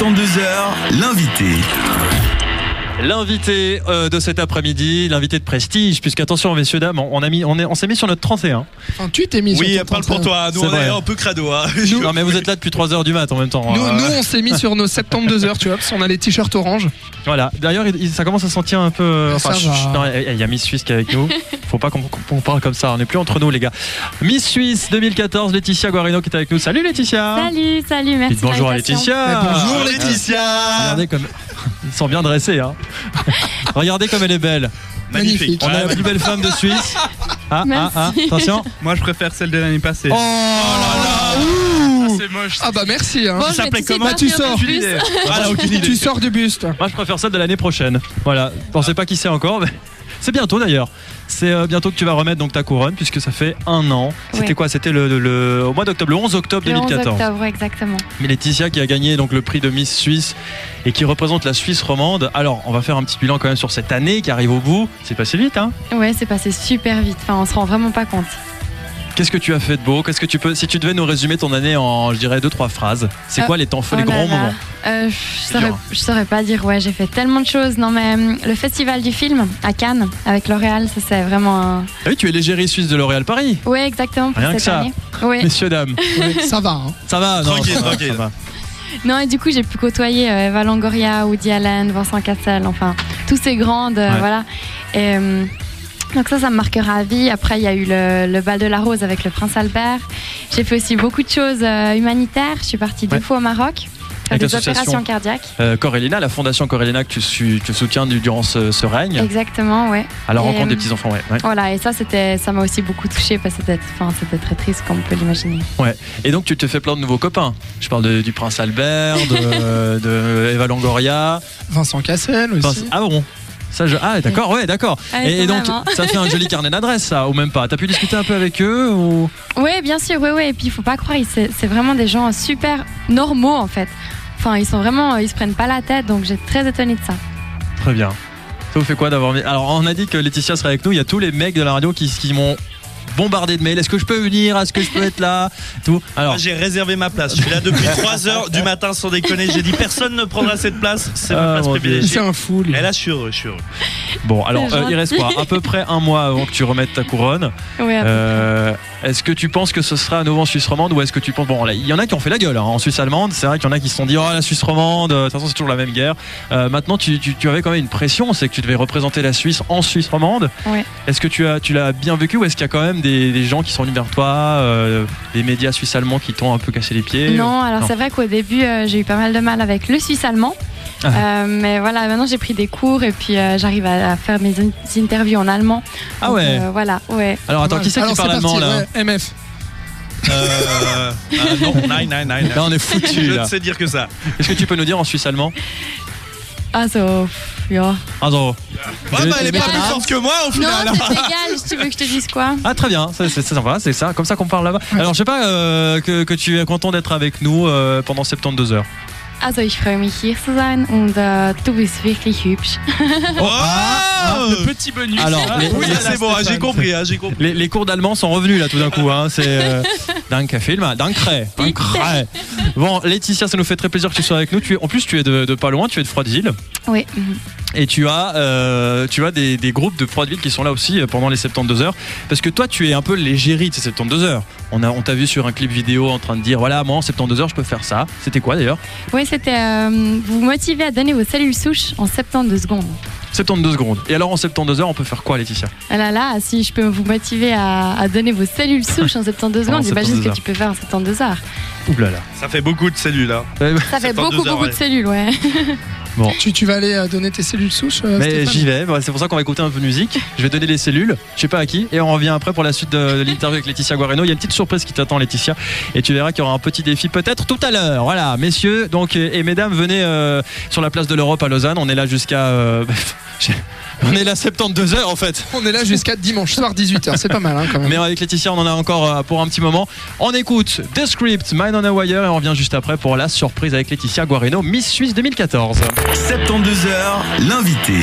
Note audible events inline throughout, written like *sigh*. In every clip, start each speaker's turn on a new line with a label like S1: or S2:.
S1: 72h, l'invité.
S2: L'invité euh, de cet après-midi, l'invité de prestige, puisque attention messieurs dames, on, on a mis, on est, on s'est mis sur notre 31.
S3: Enfin, tu t'es mis sur
S4: Oui,
S3: ton
S4: parle
S3: 31.
S4: pour toi. hein. Nous,
S2: C'est
S4: on
S2: vrai.
S4: est un peu crado. hein.
S2: Non mais vous êtes là depuis 3 heures du mat en même temps.
S3: Nous,
S2: Euh,
S3: nous, on s'est mis sur nos septembre 2 heures, tu vois, parce qu'on a les t-shirts orange.
S2: Voilà. D'ailleurs, il- il- ça commence à sentir un peu. euh,
S3: Ça
S2: chut,
S3: va.
S2: chut, non, il y a Miss Suisse qui est avec
S3: *laughs*
S2: nous. Faut pas qu'on qu'on parle comme ça. On n'est plus entre nous les gars. Miss Suisse 2014, Laetitia Guarino qui est avec nous. Salut Laetitia.
S5: Salut, salut, merci.
S2: Hein Dites bonjour
S5: de
S2: à
S5: l'invitation.
S2: Laetitia.
S4: Bonjour Laetitia.
S2: Regardez comme *laughs* ils sont bien dressés.
S5: *laughs*
S2: Hein. Regardez comme elle est belle.
S4: Magnifique.
S3: Magnifique.
S2: On
S4: Ouais,
S2: a la
S4: ouais.
S2: plus belle femme de Suisse. Ah, ah, ah,
S5: Merci.
S2: attention.
S6: Moi, je préfère celle de l'année passée.
S3: Oh là
S6: c'est moche.
S3: Ah bah merci. Hein.
S5: Bon, je
S6: s'appelait
S5: vais- c'est
S6: comment
S5: pas
S3: Tu
S5: faire de
S3: sors.
S5: plus.
S4: Ah, là, aucune idée.
S3: Tu sors du buste.
S2: Moi, je préfère celle de l'année prochaine. Voilà. On sait pas qui c'est encore, mais *laughs* c'est bientôt d'ailleurs. C'est euh, bientôt que tu vas remettre donc ta couronne puisque ça fait un an. C'était
S5: Ouais.
S2: quoi C'était le, le- le- au mois d'octobre, le 11 octobre
S5: Le 11
S2: 2014.
S5: octobre, exactement.
S2: Mais Laetitia qui a gagné donc le prix de Miss Suisse et qui représente la Suisse romande. Alors, on va faire un petit bilan quand même sur cette année qui arrive au bout. C'est passé vite, hein
S5: Ouais, c'est passé super vite. Enfin, on se rend vraiment pas compte.
S2: Qu'est-ce que tu as fait de beau Qu'est-ce que tu peux Si tu devais nous résumer ton année en, je dirais, deux trois phrases. C'est
S5: Ah.
S2: quoi les temps forts, les
S5: Oh là
S2: grands
S5: là.
S2: moments
S5: Euh, je, saurais,
S2: dur, hein.
S5: je saurais pas dire, ouais, j'ai fait tellement de choses. Non, mais hum, le festival du film à Cannes avec L'Oréal, ça c'est vraiment un.
S2: Ah oui, tu es l'égérie suisse de L'Oréal Paris.
S5: Ouais, exactement. Pour
S2: Rien que
S5: cette
S2: ça.
S5: année. Ouais.
S2: Messieurs dames,
S3: Ouais, ça va. Hein.
S2: ça va non,
S4: Tranquille,
S2: ça va,
S4: tranquille.
S2: ça va.
S5: Non, et du coup, j'ai pu côtoyer euh, Eva Longoria, Woody Allen, Vincent Cassel, enfin, tous ces grandes, euh,
S2: Ouais.
S5: voilà. Et, euh, donc ça, ça me marquera à vie. Après, il y a eu le, le bal de la rose avec le prince Albert. J'ai fait aussi beaucoup de choses euh, humanitaires. Je suis partie deux
S2: Ouais.
S5: fois au Maroc faire
S2: Avec
S5: des
S2: l'association.
S5: opérations cardiaques.
S2: Euh, Corélina, la fondation Corélina que tu, su- tu soutiens du- durant ce, ce règne,
S5: Exactement, ouais.
S2: à la
S5: Et,
S2: rencontre
S5: euh,
S2: des petits enfants. Ouais, ouais.
S5: Voilà, et ça, c'était, ça m'a aussi beaucoup touchée parce que c'était, enfin, c'était très triste, comme on peut l'imaginer.
S2: Et donc tu te fais plein de nouveaux copains. Je parle de- du prince Albert,
S5: *laughs*
S2: de, de Eva Longoria.
S3: Vincent Cassel aussi.
S2: Prince- ah bon ça, je... Ah d'accord, ouais, d'accord.
S5: Ouais,
S2: et, et
S5: quand
S2: donc
S5: même, hein.
S2: ça fait un joli carnet d'adresses, ça, ou même pas. T'as pu discuter un peu avec eux ou...
S5: Oui, bien sûr, oui, oui. Et puis, il faut pas croire, ils- c'est c'est vraiment des gens super normaux, en fait. Enfin, ils sont vraiment, ils se prennent pas la tête, donc j'ai très étonnée de ça.
S2: Très bien. Ça vous fait quoi d'avoir mis- Alors, on a dit que Laetitia serait avec nous. Il y a tous les mecs de la radio qui, qui m'ont bombardé de mails. Est-ce que je peux venir Est-ce que je peux être là Tout. Alors,
S5: *laughs*
S4: Moi, J'ai réservé ma place. Je suis là depuis 3 heures du matin sans déconner. J'ai dit personne ne prendra cette place. C'est
S2: Ah,
S4: ma place
S2: mon Dieu.
S3: C'est
S4: privilégiée.
S3: un fou. lui.
S4: Et là, je suis heureux. Je suis heureux.
S2: bon, alors,
S5: C'est
S2: euh, il reste quoi À peu près un mois avant que tu remettes ta couronne.
S5: Ouais, à peu
S2: Euh, est-ce que tu penses que ce sera à nouveau en Suisse romande ou est-ce que tu penses. Bon, là, il y en a qui ont fait la gueule hein, en Suisse allemande. C'est vrai qu'il y en a qui se sont dit Oh, la Suisse romande, euh, de toute façon, c'est toujours la même guerre. Euh, maintenant, tu, tu- tu avais quand même une pression, c'est que tu devais représenter la Suisse en Suisse romande.
S5: Ouais.
S2: Est-ce que tu, as, tu l'as bien vécu ou est-ce qu'il y a quand même des, des gens qui sont venus vers toi, euh, des médias suisses allemands qui t'ont un peu cassé les pieds
S5: Non, alors
S2: non.
S5: c'est vrai qu'au début, euh, j'ai eu pas mal de mal avec le suisse allemand.
S2: Ah.
S5: Euh, mais voilà, maintenant j'ai pris des cours et puis euh, j'arrive à, à faire mes in- interviews en allemand.
S2: Ah
S5: Donc,
S2: ouais
S5: euh, voilà, ouais.
S2: Alors attends, qui c'est qui
S3: Alors,
S2: parle
S3: c'est
S2: allemand
S3: parti,
S2: là
S3: ouais, MF.
S4: Euh, ah, non, nein, nein, nein,
S2: Là,
S4: nein.
S2: Eh ben, on est foutu *laughs*
S4: Je ne
S2: là.
S4: sais dire que ça.
S2: Est-ce que tu peux nous dire en suisse allemand
S5: Also, Ah, ja.
S2: *laughs* Also.
S4: Ouais, bah, elle est
S2: Mais-
S4: pas plus forte que moi au
S5: Non,
S4: final.
S5: c'est égal, tu veux que je te dise quoi
S2: Ah très bien, c'est c'est- c'est sympa, c'est ça, comme ça qu'on parle là-bas. Alors je sais pas euh, que, que tu es content d'être avec nous euh, pendant 72 heures.
S5: Also, Ah, ich freue mich hier zu sein und äh, du bist wirklich hübsch. *laughs*
S4: Oh
S2: Ah.
S6: Le petit bonus.
S2: Alors, les-
S4: oui,
S2: les-
S4: là, c'est bon, hein, j'ai compris, hein, j'ai compris.
S2: Les, les cours d'allemand sont revenus là tout d'un coup. Hein. C'est euh, Danke Film, Dankre, Dankre. Bon, Laetitia, ça nous fait très plaisir que tu sois avec nous. Tu es, en plus, tu es de, de pas loin, tu es de Froideville.
S5: Oui.
S2: Et tu as, euh, tu as des, des groupes de Froideville qui sont là aussi euh, pendant les 72 heures. Parce que toi, tu es un peu l'égérie de ces 72 heures. On a- on t'a vu sur un clip vidéo en train de dire voilà, moi en 72 heures, je peux faire ça. C'était quoi d'ailleurs
S5: Oui, c'était euh, vous motiver à donner vos cellules souches en 72 secondes.
S2: 72 secondes. Et alors en 72 heures, on peut faire quoi, Laetitia
S5: Ah là là, si je peux vous motiver à, à donner vos cellules souches en 72
S2: En
S5: secondes, j'imagine
S2: 72
S5: ce que
S2: heures.
S5: tu peux faire en 72 heures.
S2: Oulala.
S4: Ça fait beaucoup de cellules hein. là.
S5: Ça fait
S4: 72
S5: beaucoup,
S4: heures,
S5: beaucoup
S4: ouais.
S5: de cellules, ouais. *laughs*
S3: Tu, tu vas aller euh, donner tes cellules souches, euh,
S2: Mais
S3: Stéphane
S2: j'y vais, voilà, c'est pour ça qu'on va écouter un peu de musique. Je vais donner les cellules, je sais pas à qui, et on revient après pour la suite de de l'interview avec Laetitia Guareno. Il y a une petite surprise qui t'attend, Laetitia, et tu verras qu'il y aura un petit défi peut-être tout à l'heure. Voilà, messieurs, donc et et mesdames, venez euh, sur la place de l'Europe à Lausanne. On est là jusqu'à. euh, *laughs* j'ai- on est là 72 heures en fait.
S3: On est là jusqu'à dimanche soir 18h, c'est pas mal hein, quand même.
S2: Mais avec Laetitia, on en a encore euh, pour un petit moment. On écoute The Script, Mind on a Wire, et on revient juste après pour la surprise avec Laetitia Guareno, Miss Suisse 2014.
S1: 72h, l'invité.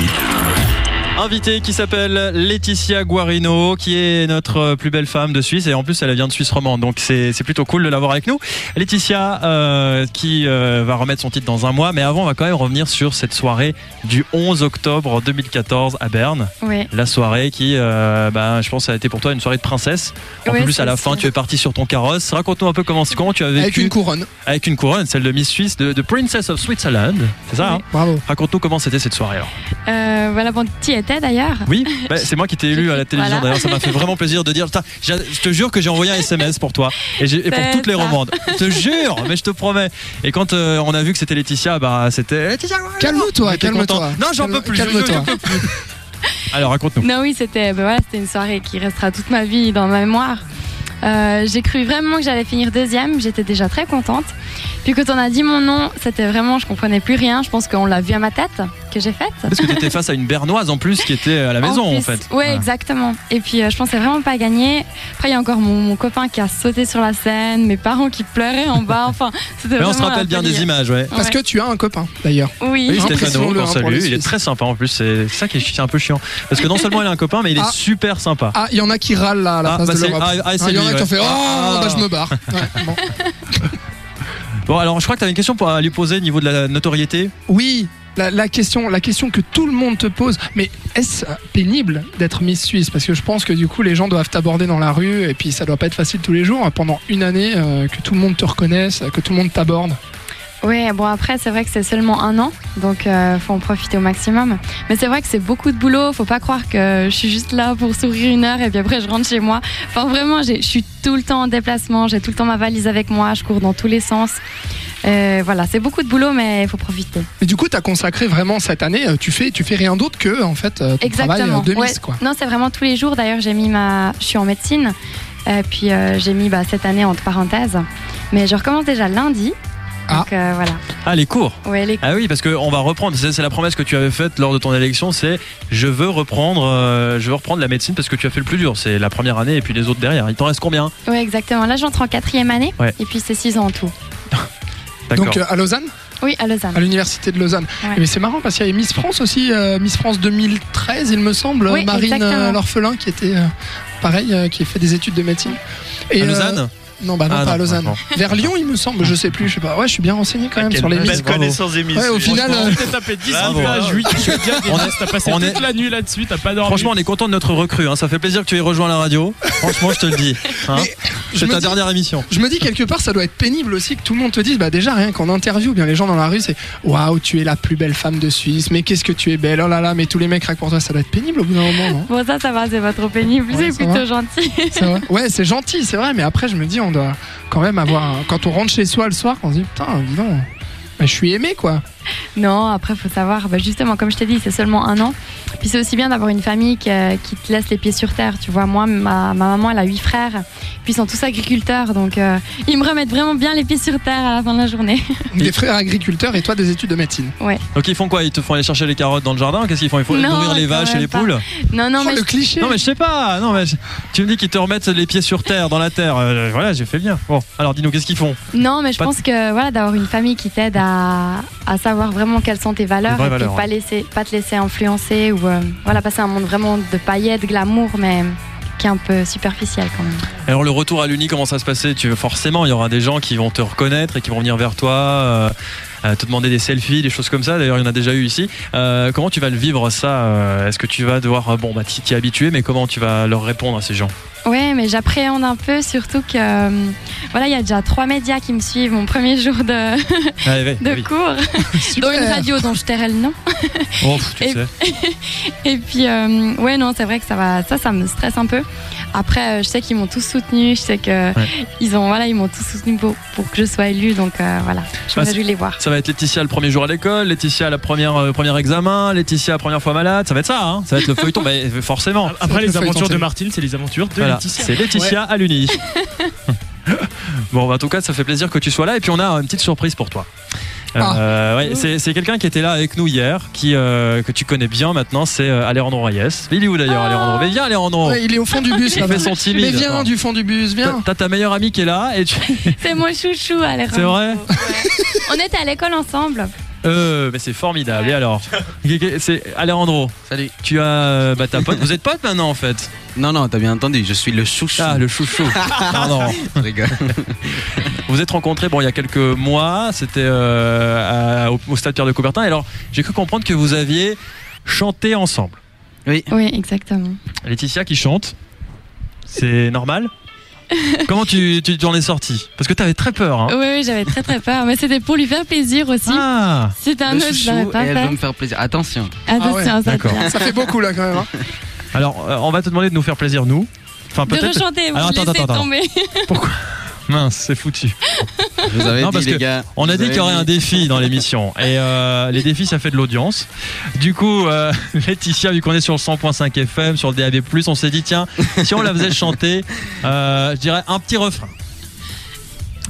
S2: Invitée qui s'appelle Laetitia Guarino, qui est notre plus belle femme de Suisse et en plus elle vient de Suisse romande, donc c'est c'est plutôt cool de l'avoir avec nous. Laetitia euh, qui euh, va remettre son titre dans un mois, mais avant on va quand même revenir sur cette soirée du 11 octobre 2014 à Berne.
S5: Oui.
S2: La soirée qui, euh, bah, je pense, ça a été pour toi une soirée de princesse. En
S5: Ouais,
S2: plus, à
S5: c'est
S2: la fin,
S5: ça.
S2: tu es partie sur ton carrosse. Raconte-nous un peu comment, comment tu as vécu
S3: Avec une couronne.
S2: avec une couronne, celle de Miss Suisse, de, de Princess of Switzerland. C'est ça,
S5: Oui.
S2: hein
S3: Bravo.
S2: Raconte-nous comment c'était cette soirée alors.
S5: Euh, voilà, bon, tu y étais d'ailleurs.
S2: Oui, bah, c'est moi qui t'ai élu à la télévision
S5: Voilà.
S2: d'ailleurs, ça m'a fait vraiment plaisir de dire, Putain, j'a- je te jure que j'ai envoyé un SMS pour toi et, j'ai- et pour
S5: C'est
S2: toutes les
S5: ça.
S2: romandes. Je te jure, mais je te promets. Et quand euh, on a vu que c'était Laetitia, bah c'était Laetitia. voilà. On
S3: Calme-toi,
S2: était
S3: calme-toi.
S2: content. Non, j'en
S3: Calme-
S2: peux plus.
S3: Calme-toi. *laughs*
S2: Alors raconte-nous.
S5: Non, oui, c'était ben voilà, c'était une soirée qui restera toute ma vie dans ma mémoire. Euh, j'ai cru vraiment que j'allais finir deuxième, j'étais déjà très contente. Puis quand on a dit mon nom, c'était vraiment, je comprenais plus rien. Je pense qu'on l'a vu à ma tête que j'ai faite.
S2: Parce que t'étais face à une Bernoise en plus qui était à la maison en,
S5: plus.
S2: fait.
S5: Ouais,
S2: Voilà.
S5: exactement. Et puis euh, je pensais vraiment pas gagner. Après, il y a encore mon, mon copain qui a sauté sur la scène, mes parents qui pleuraient en bas. Enfin, *laughs* c'était
S2: Mais on
S5: vraiment
S2: se rappelle
S5: la
S2: bien des
S5: folie.
S2: images, ouais.
S3: Parce que tu as un copain, d'ailleurs.
S5: Oui.
S2: Oui, Stéphano,
S3: Impressionnant,
S2: qu'on
S3: hein, pour
S2: salue.
S3: les
S2: Il est
S3: Suisses.
S2: très sympa en plus. C'est ça qui est c'est un peu chiant. Parce que non seulement il a un copain, mais il est
S3: Ah.
S2: super sympa.
S3: Ah, il y en a qui râlent là, à la
S2: Ah,
S3: place
S2: bah,
S3: de
S2: c'est-
S3: l'Europe.
S2: ah, ah, c'est
S3: Hein, il y en a
S2: lui,
S3: qui
S2: ouais.
S3: ont fait Oh,
S2: Ah.
S3: bah, je me barre. Ouais, bon.
S2: Bon, alors je crois que tu avais une question pour, à lui poser au niveau de la notoriété.
S3: Oui, la, la question, la question que tout le monde te pose, mais est-ce pénible d'être Miss Suisse Parce que je pense que du coup, les gens doivent t'aborder dans la rue et puis ça doit pas être facile tous les jours hein, pendant une année euh, que tout le monde te reconnaisse, que tout le monde t'aborde.
S5: Oui, bon après c'est vrai que c'est seulement un an, donc euh, faut en profiter au maximum. Mais c'est vrai que c'est beaucoup de boulot, faut pas croire que je suis juste là pour sourire une heure et puis après je rentre chez moi. Enfin vraiment, j'ai- je suis tout le temps en déplacement, j'ai tout le temps ma valise avec moi, je cours dans tous les sens. Euh, voilà, c'est beaucoup de boulot mais il faut profiter.
S3: Mais du coup, t'as consacré vraiment cette année, euh, tu fais, tu fais rien d'autre que en fait euh, ton travail euh,
S5: Exactement.
S3: de
S5: ouais.
S3: Miss quoi.
S5: Non, c'est vraiment tous les jours. D'ailleurs, j'ai mis ma, je suis en médecine, Euh, puis euh, j'ai mis bah, cette année entre parenthèses. Mais je recommence déjà lundi. Donc euh, voilà.
S2: Ah, les cours.
S5: Ouais, les
S2: Ah oui, parce qu'on va reprendre. C'est c'est la promesse que tu avais faite lors de ton élection c'est je veux reprendre euh, je veux reprendre la médecine parce que tu as fait le plus dur. C'est la première année et puis les autres derrière. Il t'en reste combien
S5: Ouais, exactement. Là, j'entre en quatrième année.
S2: Ouais.
S5: Et puis, c'est six ans en tout.
S2: D'accord.
S3: Donc euh, à Lausanne,
S5: Oui, à Lausanne.
S3: à l'université de Lausanne.
S5: Ouais.
S3: Et Mais c'est marrant parce qu'il y avait Miss France aussi, euh, Miss France 2013, il me semble,
S5: Oui,
S3: Marine
S5: exactement.
S3: euh, l'orphelin qui était euh, pareil, euh, qui fait des études de médecine. Et,
S2: à
S3: euh,
S2: Ah, Lausanne
S3: Non, bah non,
S2: Ah,
S3: pas
S2: non,
S3: à Lausanne.
S2: non.
S3: Vers Lyon, il me semble, je sais plus, je sais pas. Ouais, je suis bien renseigné quand même
S4: Quelle
S3: sur les Miss.
S4: belle
S3: Bravo.
S4: connaissance des Miss.
S3: Ouais, au
S4: Suisse.
S3: final, euh,
S6: T'as tapé 18
S4: Bravo.
S6: pages, oui, je veux dire,
S2: On
S6: on
S2: est-
S6: t'as passé
S2: on est-
S6: toute la nuit là-dessus, t'as pas dormi.
S2: Franchement, on est content de notre recrue. hein. Ça fait plaisir que tu aies rejoint la radio. Franchement, je te le dis. hein.
S3: Mais je
S2: C'est
S3: me
S2: ta
S3: dis-
S2: dernière émission.
S3: Je me dis quelque part, ça doit être pénible aussi que tout le monde te dise, bah déjà rien qu'en interview, bien les gens dans la rue, c'est waouh, tu es la plus belle femme de Suisse, mais qu'est-ce que tu es belle, oh là là, mais tous les mecs racontent pour toi, ça doit être pénible au bout d'un moment,
S5: *laughs*
S3: non
S5: Bon, ça, ça va, c'est pas trop pénible.
S3: Ouais,
S5: c'est
S3: ça va.
S5: plutôt gentil.
S3: C'est vrai Ouais, c'est gentil, c'est vrai, mais après je me dis, on doit quand même avoir, un- quand on rentre chez soi le soir, on se dit, putain, dis donc, bah, je suis aimé quoi.
S5: *laughs* non, après, faut savoir. bah, justement, comme je t'ai dit, c'est seulement un an. Puis, c'est aussi bien d'avoir une famille qui, euh, qui te laisse les pieds sur terre. Tu vois, moi, ma, ma maman, elle a huit frères. Puis, ils sont tous agriculteurs. Donc, euh, ils me remettent vraiment bien les pieds sur terre à la fin de la *laughs* journée.
S3: Des frères agriculteurs et toi des études de médecine.
S2: Donc ils font quoi Ils te font aller chercher les carottes dans le jardin Qu'est-ce qu'ils font Il faut
S5: Non,
S2: nourrir les
S5: quand
S2: vaches et
S5: même
S2: les
S5: pas.
S2: poules
S5: Non, non,
S3: Oh,
S5: mais.
S3: le cliché
S2: Non mais je sais pas. Non mais je- tu me dis qu'ils te remettent les pieds sur terre, dans la terre. Euh, voilà, j'ai fait bien. Bon, alors dis-nous qu'est-ce qu'ils font
S5: Non, mais je
S2: Pas-
S5: pense que voilà, d'avoir une famille qui t'aide à, à savoir vraiment quelles sont tes valeurs
S2: Les vraies
S5: et puis
S2: valeurs,
S5: pas,
S2: ouais.
S5: laisser, pas te laisser influencer ou euh, voilà, passer un monde vraiment de paillettes, glamour, mais qui est un peu superficiel quand même.
S2: Alors le retour à l'Uni, comment ça se passait Tu forcément, il y aura des gens qui vont te reconnaître et qui vont venir vers toi, euh, euh, te demander des selfies, des choses comme ça. D'ailleurs, il y en a déjà eu ici. Euh, comment tu vas le vivre ça euh, Est-ce que tu vas devoir, euh, bon, bah, t'y t'y habituer, mais comment tu vas leur répondre à ces gens
S5: Ouais, mais j'appréhende un peu, surtout que euh, voilà, il y a déjà trois médias qui me suivent mon premier jour de, *laughs*
S2: Allez,
S5: de
S2: Eh oui.
S5: cours, Euh, dont une
S3: Super.
S5: radio dont je tairai le nom.
S2: Oh, pff, tu
S5: Et-
S2: sais.
S5: Et puis euh, ouais, non, c'est vrai que ça va, ça, ça me stresse un peu. Après, euh, je sais qu'ils m'ont tous soutenu, je sais que
S2: Ouais.
S5: ils ont voilà, ils m'ont tous soutenu pour, pour que je sois élue, donc euh, voilà, je
S2: Bah,
S5: me réjouis de les voir.
S2: Ça va être Laetitia le premier jour à l'école, Laetitia la première euh, premier examen, Laetitia la première fois malade. Ça va être ça, hein Ça va être le feuilleton, mais forcément.
S6: Après
S3: Ça te
S6: les
S3: fait
S6: aventures
S3: tenter.
S6: de Martine, c'est les aventures de
S2: Voilà,
S6: Laetitia.
S2: C'est Laetitia à l'Uni. bon, bah, en tout cas, ça fait plaisir que tu sois là. Et puis, on a une petite surprise pour toi. Euh, ouais, c'est c'est quelqu'un qui était là avec nous hier, qui, euh, que tu connais bien maintenant, c'est euh, Alejandro Reyes. Il est où d'ailleurs,
S5: Ah.
S2: Alejandro Mais viens, Alejandro
S3: Ouais, il est au fond du bus
S2: Il
S3: là-bas.
S2: fait son timide.
S3: Mais viens
S2: Attends.
S3: du fond du
S2: T'as-
S3: bus, viens.
S2: T'as ta meilleure amie qui est là et tu... *laughs*
S5: C'est mon chouchou, Alejandro.
S2: C'est vrai
S5: Ouais. On était à l'école ensemble.
S2: Euh, mais c'est formidable. Et alors C'est Alejandro.
S1: Salut.
S2: Tu as euh, bah, ta pote. Vous êtes pote maintenant en fait
S1: Non, non, t'as bien entendu, je suis le chouchou.
S2: Ah, le chouchou. Pardon.
S1: Je rigole.
S2: Vous êtes rencontrés bon, il y a quelques mois. C'était euh, à- au, au stade Pierre de Coubertin. Et alors, j'ai cru comprendre que vous aviez chanté ensemble.
S5: Oui, exactement.
S2: Laetitia qui chante. C'est
S5: *laughs*
S2: normal Comment tu, tu t'en es sorti Parce que t'avais très peur. Hein.
S5: Oui, oui, j'avais très très peur, mais c'était pour lui faire plaisir aussi.
S2: Ah
S5: C'est un
S1: le
S5: autre, je
S1: chouchou,
S5: l'aurais pas
S1: et elle va
S5: fait. Ah,
S1: me faire plaisir.
S2: *laughs*
S1: Attention.
S5: Attention,
S3: ouais,
S5: ça
S2: d'accord.
S5: tient.
S3: Ça fait beaucoup là quand même. hein.
S2: Alors, euh, on va te demander de nous faire plaisir, nous. Enfin,
S5: De
S2: peut-être.
S5: rechanter, vous
S2: Alors, attends,
S5: laissez
S2: attends, attends.
S5: tomber.
S2: Mince, c'est foutu.
S1: Je vous avais
S2: Non,
S1: dit,
S2: parce
S1: les
S2: que
S1: gars.
S2: On a
S1: vous
S2: dit
S1: avez
S2: qu'il y aurait un défi dans l'émission. Et euh, les défis, ça fait de l'audience. Du coup, euh, *laughs* Laetitia, vu qu'on est sur le 100.5 FM, sur le DAB, on s'est dit, tiens, si on la faisait chanter, euh, je dirais un petit refrain.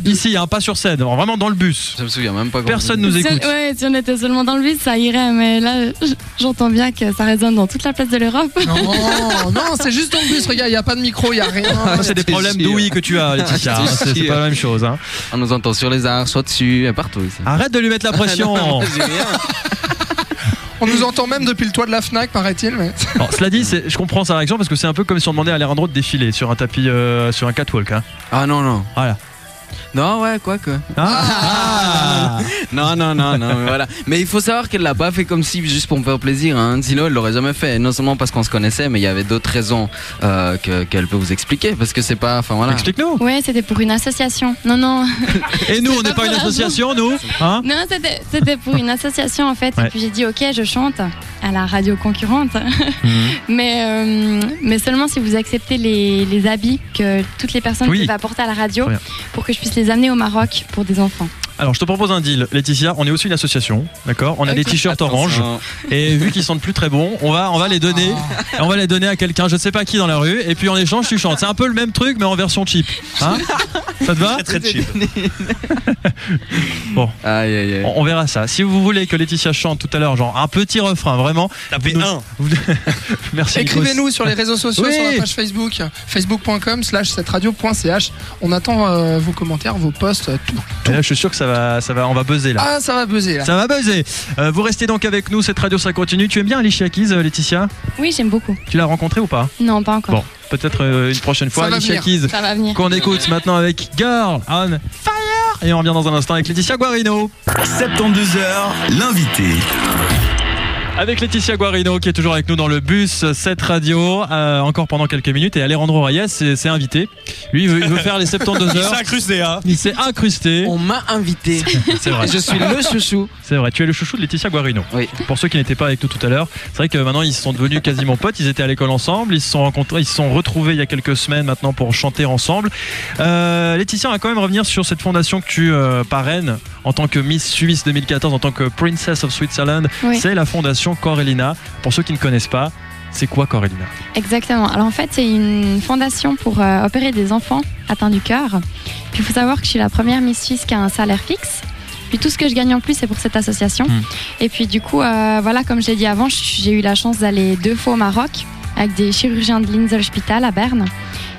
S2: Ici, hein, pas sur scène, vraiment dans le bus.
S1: Je me souviens même pas comment.
S2: Personne nous
S5: *laughs* Si on-
S2: écoute.
S5: ouais, si on était seulement dans le vide, ça irait, mais là, j- j'entends bien que ça résonne dans toute la place
S2: *laughs*
S5: de l'Europe.
S3: Non, non, c'est juste dans le bus, regarde, il n'y a pas de micro, il n'y a rien.
S2: Ça, Ah, c'est des
S1: T'es
S2: problèmes
S1: Ah, sûr.
S2: d'ouïe que tu as,
S1: *laughs*
S2: Laetitia. hein. C'est c'est pas la même chose. hein.
S1: On nous entend sur les arbres, soit dessus, et partout. ici.
S2: Arrête de lui mettre la
S1: Ah,
S2: pression.
S1: J'ai rien.
S3: On nous entend même depuis le toit de la Fnac, paraît-il. Mais...
S2: Bon, cela dit, c'est- je comprends sa réaction parce que c'est un peu comme si on demandait à Alejandro de défiler sur un tapis, euh, sur un catwalk. hein.
S1: *laughs* Ah non, non.
S2: Voilà.
S1: Non, ouais, quoi que.
S2: Ah
S1: Non, non, non, non, mais voilà. Mais il faut savoir qu'elle l'a pas fait comme si, juste pour me faire plaisir, hein. Sinon, elle l'aurait jamais fait. Non seulement parce qu'on se connaissait, mais il y avait d'autres raisons euh, que- qu'elle peut vous expliquer. Parce que c'est pas. Enfin voilà.
S2: Explique-nous.
S5: Ouais, c'était pour une association. Non, non,
S2: Et nous, on n'est
S5: pas
S2: pas une
S5: pour la
S2: association, nous hein
S5: non, c'était c'était pour une association en fait.
S2: Ouais.
S5: Et puis j'ai dit, ok, je chante à la radio concurrente, *laughs*
S2: Mhm.
S5: mais euh, mais seulement si vous acceptez les, les habits que toutes les personnes
S2: Oui.
S5: peuvent apporter à la radio,
S2: Très bien.
S5: pour que je puisse les amener au Maroc pour des enfants.
S2: Alors, je te propose un deal, Laetitia. On est aussi une association, d'accord
S4: Ah,
S2: On a des t-shirts orange.
S1: Attention.
S2: Et vu qu'ils sentent plus très bons, on va, on va les donner.
S4: Ah.
S2: Et on va les donner à quelqu'un, je ne sais pas qui dans la rue. Et puis en échange, tu chantes. C'est un peu le même truc, mais en version cheap.
S4: *laughs*
S2: Hein Ça te va
S4: Très très cheap.
S1: Aïe, aïe, aïe.
S2: on on verra ça. Si vous voulez que Laetitia chante tout à l'heure, genre un petit refrain, vraiment.
S4: Tapez
S2: Nous- *laughs*
S4: un.
S2: Merci. Nikos.
S3: Écrivez-nous sur les réseaux sociaux,
S2: Oui.
S3: sur la page Facebook, facebook.com slash cette radio.ch. On attend euh, vos commentaires, vos posts, euh, tout.
S2: Et Là, je suis sûr que ça va, ça va, on va buzzer là.
S3: Ah, ça va buzzer là.
S2: Ça va buzzer. Euh, vous restez donc avec nous, cette radio ça continue. Tu aimes bien Alicia Keys, euh, Laetitia
S5: Oui, j'aime beaucoup.
S2: Tu l'as rencontrée ou pas
S5: Non, pas encore.
S2: Bon, peut-être euh, une prochaine fois.
S3: Ça va
S2: Alicia Keys,
S5: Ça va venir.
S2: qu'on écoute maintenant avec Girl on Fire. Et on revient dans un instant avec Laetitia Guarino.
S7: 72h, l'invité.
S2: Avec Laetitia Guarino qui est toujours avec nous dans le bus, cette radio, euh, encore pendant quelques minutes. Et Alejandro Reyes c'est c'est invité. Lui, il veut, il veut
S4: *laughs*
S2: faire les 72
S4: Il s'est
S2: heures.
S4: incrusté, hein.
S2: Il s'est incrusté.
S1: On m'a invité.
S2: C'est vrai.
S1: Je suis le chouchou.
S2: C'est vrai, tu es le chouchou de Laetitia Guarino.
S1: Oui.
S2: Pour ceux qui n'étaient pas avec nous tout à l'heure, c'est vrai que maintenant ils sont devenus quasiment potes. Ils étaient à l'école ensemble, ils se sont rencontrés, ils se sont retrouvés il y a quelques semaines maintenant pour chanter ensemble. Euh, Laetitia, on va quand même revenir sur cette fondation que tu euh, parraines en tant que Miss Suisse 2014, en tant que Princess of Switzerland.
S5: Oui.
S2: C'est la fondation Corellina. Pour ceux qui ne connaissent pas, c'est quoi Corellina
S5: Exactement. Alors en fait, c'est une fondation pour euh, opérer des enfants atteints du cœur. Puis il faut savoir que je suis la première Miss Suisse qui a un salaire fixe. Puis tout ce que je gagne en plus, c'est pour cette association.
S2: Hmm.
S5: Et puis du coup, euh, voilà, comme je l'ai dit avant, je- j'ai eu la chance d'aller deux fois au Maroc avec des chirurgiens de l'Inselspital à Berne.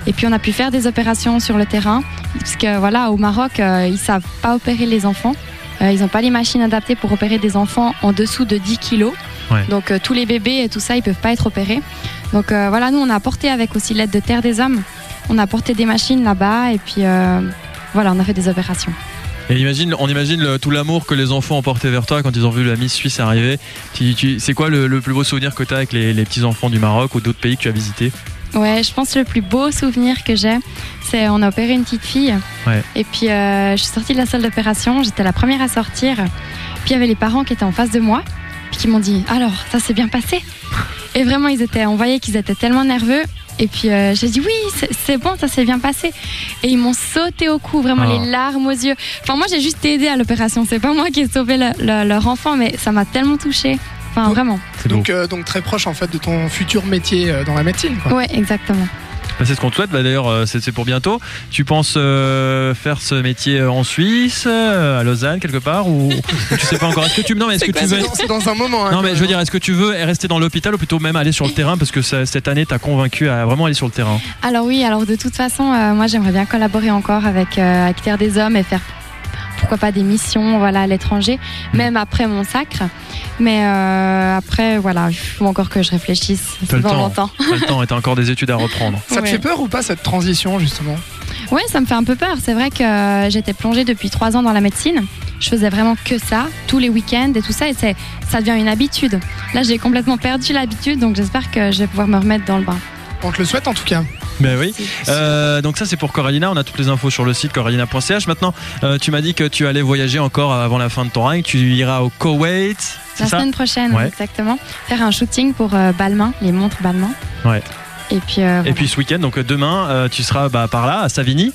S5: Et puis on a pu faire des opérations sur le terrain, parce que voilà, au Maroc, euh, ils savent pas opérer les enfants. Euh, ils n'ont pas les machines adaptées pour opérer des enfants en dessous de 10 kilos.
S2: Ouais.
S5: Donc euh, tous les bébés et tout ça, ils peuvent pas être opérés. Donc euh, voilà, nous on a apporté avec aussi l'aide de Terre des Hommes, on a apporté des machines là-bas et puis euh, voilà, on a fait des opérations.
S2: Et imagine, on imagine le- tout l'amour que les enfants ont porté vers toi quand ils ont vu la Miss Suisse arriver. Tu- tu- c'est quoi le, le plus beau souvenir que tu as avec les, les petits enfants du Maroc ou d'autres pays que tu as visités
S5: Ouais, je pense que le plus beau souvenir que j'ai, c'est on a opéré une petite fille.
S2: Ouais.
S5: Et puis euh, je suis sortie de la salle d'opération, j'étais la première à sortir. Puis il y avait les parents qui étaient en face de moi, puis qui m'ont dit alors ça s'est bien passé. Et vraiment ils étaient, on voyait qu'ils étaient tellement nerveux. Et puis euh, j'ai dit oui, c'est- c'est bon, ça s'est bien passé. Et ils m'ont sauté au cou, vraiment
S2: Ah.
S5: les larmes aux yeux. Enfin moi j'ai juste aidé à l'opération, c'est pas moi qui ai sauvé le- le- leur enfant, mais ça m'a tellement touchée. Enfin
S3: Donc-
S5: vraiment.
S2: C'est beau.
S3: Donc, euh, donc très proche en fait de ton futur métier euh, dans la médecine. quoi.
S5: Ouais, exactement.
S2: Bah, c'est ce qu'on te souhaite, Bah, d'ailleurs euh, c'est c'est pour bientôt. Tu penses euh, faire ce métier euh, en Suisse, euh, à Lausanne quelque part ou ou tu sais pas encore Est-ce que tu non mais est-ce que tu
S3: Bah, C'est
S2: veux
S3: dans, c'est dans un moment. hein,
S2: non mais
S3: que-
S2: je veux dire est-ce que tu veux rester dans l'hôpital ou plutôt même aller sur le terrain parce que ça- cette année t'as convaincu à vraiment aller sur le terrain.
S5: Alors oui, alors de toute façon, euh, moi j'aimerais bien collaborer encore avec, euh, avec Terre des Hommes et faire pourquoi pas des missions voilà, à l'étranger,
S2: Mm.
S5: même après mon sacre. Mais euh, après, voilà, il faut encore que je réfléchisse
S2: T'as le
S5: dans
S2: temps.
S5: longtemps.
S2: T'as le temps et t'as encore des études à reprendre.
S3: Ça te
S5: Ouais.
S3: fait peur ou pas cette transition justement
S5: Ouais, ça me fait un peu peur. C'est vrai que euh, j'étais plongée depuis trois ans dans la médecine. Je faisais vraiment que ça, tous les week-ends et tout ça, et c'est, ça devient une habitude. Là, j'ai complètement perdu l'habitude, donc j'espère que je vais pouvoir me remettre dans le bain.
S3: On te le souhaite en tout cas.
S2: Ben oui. Euh, donc ça c'est pour Coralina. On a toutes les infos sur le site coralina.ch. Maintenant, euh, tu m'as dit que tu allais voyager encore avant la fin de ton règne. Tu iras au Koweït. C'est
S5: La
S2: ça
S5: semaine prochaine,
S2: Ouais.
S5: exactement. Faire un shooting pour euh, Balmain, les montres Balmain.
S2: Ouais.
S5: Et puis, euh,
S2: Et puis ce week-end, donc euh, demain, euh, tu seras bah, par là à Savigny,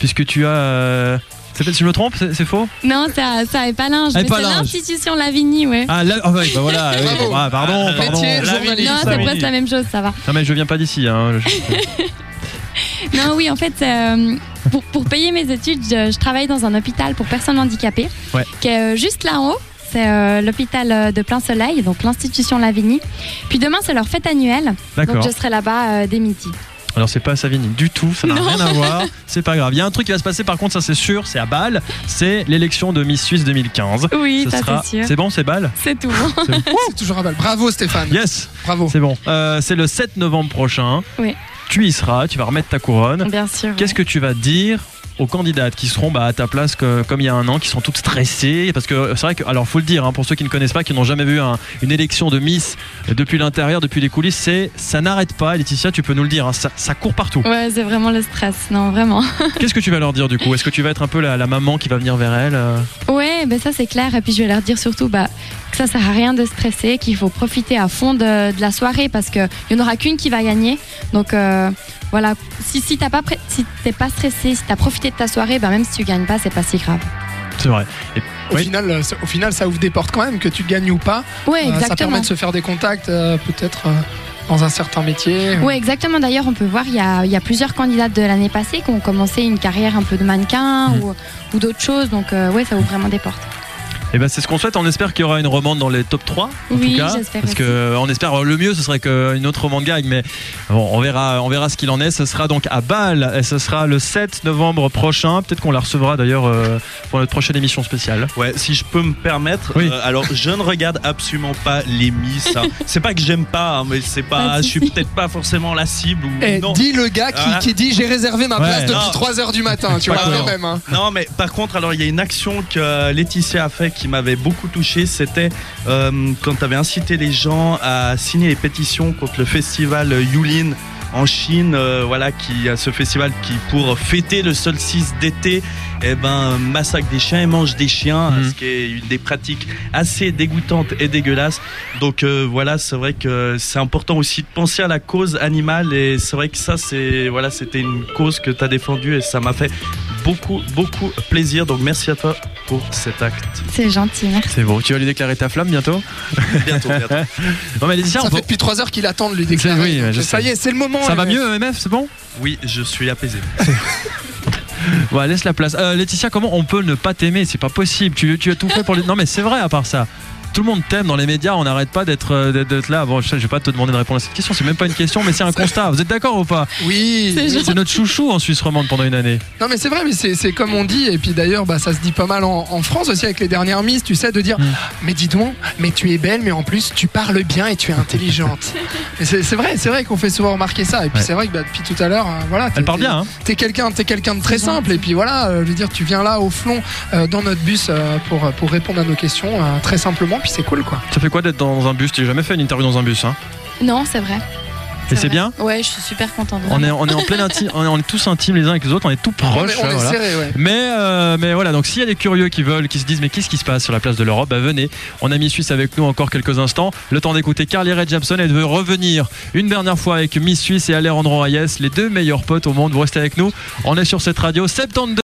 S2: puisque tu as. euh, c'est peut-être- si je me trompe, c'est c'est faux
S5: non, ça, ça est pas linge.
S2: Ah,
S5: mais c'est
S2: Epalinges.
S5: l'institution Lavigny, ouais.
S2: Ah là, ah ouais, bah
S3: *laughs*
S2: voilà, oui,
S3: Bravo.
S2: ah, pardon, pardon.
S3: Métier, journaliste.
S5: non, c'est presque la même chose, ça va.
S2: Non mais je viens pas d'ici. Hein. Je-
S5: Non, oui, en fait, euh, pour, pour payer mes études, je, je travaille dans un hôpital pour personnes handicapées,
S2: Ouais.
S5: qui est euh, juste là en haut. C'est euh, l'hôpital euh, de plein soleil, donc l'institution Lavigny. Puis demain, c'est leur fête annuelle, donc
S2: D'accord.
S5: je serai là-bas euh, dès midi.
S2: Alors c'est pas à Savigny du tout, ça n'a
S5: Non.
S2: rien à voir, c'est pas grave. Il y a un truc qui va se passer par contre, ça c'est sûr, c'est à Bâle, c'est l'élection de Miss Suisse 2015.
S5: Oui,
S2: Ce
S5: ça
S2: sera-
S5: c'est sûr.
S2: C'est bon, c'est Bâle
S5: C'est tout.
S3: C'est toujours un bal. Bravo Stéphane.
S2: Yes,
S3: Bravo.
S2: c'est bon. Euh, c'est le 7 novembre prochain.
S5: Oui.
S2: Tu y seras, tu vas remettre ta couronne.
S5: *laughs* Bien sûr.
S2: Qu'est-ce que tu vas dire aux candidates qui seront bah, à ta place que- comme il y a un an, qui sont toutes stressées Parce que c'est vrai que, alors faut le dire, hein, pour ceux qui ne connaissent pas, qui n'ont jamais vu un- une élection de Miss euh, depuis l'intérieur, depuis les coulisses, c'est ça n'arrête pas. Laetitia, tu peux nous le dire, hein, ça, ça court
S5: *laughs*
S2: partout.
S5: Ouais, c'est vraiment le stress, non, vraiment.
S2: Qu'est-ce que tu vas leur dire du coup Est-ce que tu vas être un peu la, la maman qui va venir vers elle euh
S5: Ouais, ben ça c'est clair. Et puis je vais leur dire surtout bah, que ça sert à rien de stresser, qu'il faut profiter à fond de, de la soirée parce qu'il n'y en aura qu'une qui va gagner. Donc euh, voilà, si, si t'as pas pré- si t'es pas stressé, si t'as profité de ta soirée, bah, même si tu gagnes pas, c'est pas si grave.
S2: C'est vrai.
S3: Au,
S2: Oui.
S3: final, euh, ça- au final, ça ouvre des portes quand même, que tu gagnes ou pas.
S5: Ouais,
S3: Euh, ça permet
S5: exactement.
S3: de se faire des contacts, euh, peut-être euh, dans un certain métier.
S5: Ouais, exactement. D'ailleurs, on peut voir, il y a, il y a plusieurs candidates de l'année passée qui ont commencé une carrière un peu de mannequin
S2: Mhm.
S5: ou, ou d'autres choses. Donc euh, ouais, ça ouvre vraiment des portes.
S2: Et ben c'est ce qu'on souhaite. On espère qu'il y aura une romande dans les top 3 en
S5: Oui,
S2: tout cas.
S5: j'espère
S2: Parce
S5: aussi.
S2: que on espère euh, le mieux ce serait qu'une autre romande gagne, mais bon, on verra, on verra ce qu'il en est. Ce sera donc à Bâle et ce sera le 7 novembre prochain. Peut-être qu'on la recevra d'ailleurs euh, pour notre prochaine émission spéciale.
S4: Ouais, si je peux me permettre,
S2: Oui.
S4: euh, alors je ne regarde absolument pas les Miss. hein. C'est pas que j'aime pas, hein, mais c'est pas,
S5: Pas de
S4: je suis
S5: souci.
S4: peut-être pas forcément la cible ou
S3: Et
S4: non.
S3: dis le gars qui,
S4: Ah.
S3: qui dit j'ai réservé ma
S2: Ouais.
S3: place depuis
S4: Non.
S3: 3h du matin, tu
S2: Pas
S3: vois
S2: cohérent.
S3: quand même. hein.
S4: Non, mais par contre, alors il y a une action que euh, Laetitia a fait qui m'avait beaucoup touché. C'était euh, quand tu avais incité les gens à signer les pétitions contre le festival Yulin en Chine. euh, voilà, qui ce festival qui pour fêter le solstice d'été, eh ben massacre des chiens et mange des chiens,
S2: Mhm.
S4: ce qui est une des pratiques assez dégoûtantes et dégueulasses. Donc euh, voilà, c'est vrai que c'est important aussi de penser à la cause animale et c'est vrai que ça c'est voilà, c'était une cause que tu as défendue et ça m'a fait beaucoup beaucoup plaisir. Donc merci à toi pour cet acte.
S5: C'est gentil. merci.
S2: C'est bon. Tu vas lui déclarer ta flamme bientôt.
S4: Bientôt, bientôt.
S2: Non mais Laetitia,
S3: Ça
S2: on va-
S3: fait depuis 3 heures qu'il attend de lui déclarer.
S2: oui, mais je
S3: ça
S2: sais.
S3: y est, c'est le moment.
S2: ça
S3: les
S2: va
S3: mecs.
S2: mieux MF, c'est bon.
S4: Oui, je suis apaisé.
S2: Ouais, laisse la place. Euh, Laetitia, comment on peut ne pas t'aimer C'est pas possible. Tu, tu as tout fait pour les. Non, mais c'est vrai, à part ça. Tout le monde t'aime dans les médias, on n'arrête pas d'être euh, d'être- d'être là. Bon, je sais, je vais pas te demander de répondre à cette question, c'est même pas une question, mais c'est un constat. Vous êtes d'accord ou pas
S3: Oui.
S5: C'est
S2: C'est notre chouchou en Suisse romande pendant une année.
S3: Non mais c'est vrai, mais c'est c'est comme on dit, et puis d'ailleurs bah, ça se dit pas mal en, en France aussi avec les dernières misses, tu sais, de dire
S2: Mm.
S3: mais dis donc, mais tu es belle, mais en plus tu parles bien et tu es
S5: *laughs*
S3: intelligente. Mais c'est c'est vrai, c'est vrai qu'on fait souvent remarquer ça, et puis
S2: Ouais.
S3: c'est vrai que bah, depuis tout à l'heure, euh, voilà, t'es-
S2: Elle parle
S3: t'es-
S2: bien, hein
S3: T'es quelqu'un, t'es quelqu'un de très simple, et puis voilà, euh, je veux dire, tu viens là au flon euh, dans notre bus euh, pour pour répondre à nos questions euh, très simplement, puis c'est cool quoi.
S2: Ça fait quoi d'être dans un bus Tu jamais fait une interview dans un bus, hein
S5: Non, c'est vrai.
S2: Et c'est
S5: vrai.
S2: bien
S5: Ouais, je suis super contente.
S2: on est, on est en plein intime, on est, on est tous intimes les uns avec les autres, on est tout proches.
S3: on est, on est
S2: voilà.
S3: serré, ouais.
S2: Mais, euh, mais voilà, donc s'il y a des curieux qui veulent, qui se disent mais qu'est-ce qui se passe sur la place de l'Europe, bah venez, on a mis Suisse avec nous encore quelques instants. Le temps d'écouter Carly Rae Jepsen, elle veut revenir une dernière fois avec Miss Suisse et Alejandro Reyes, les deux meilleurs potes au monde. Vous restez avec nous, on est sur cette radio 72.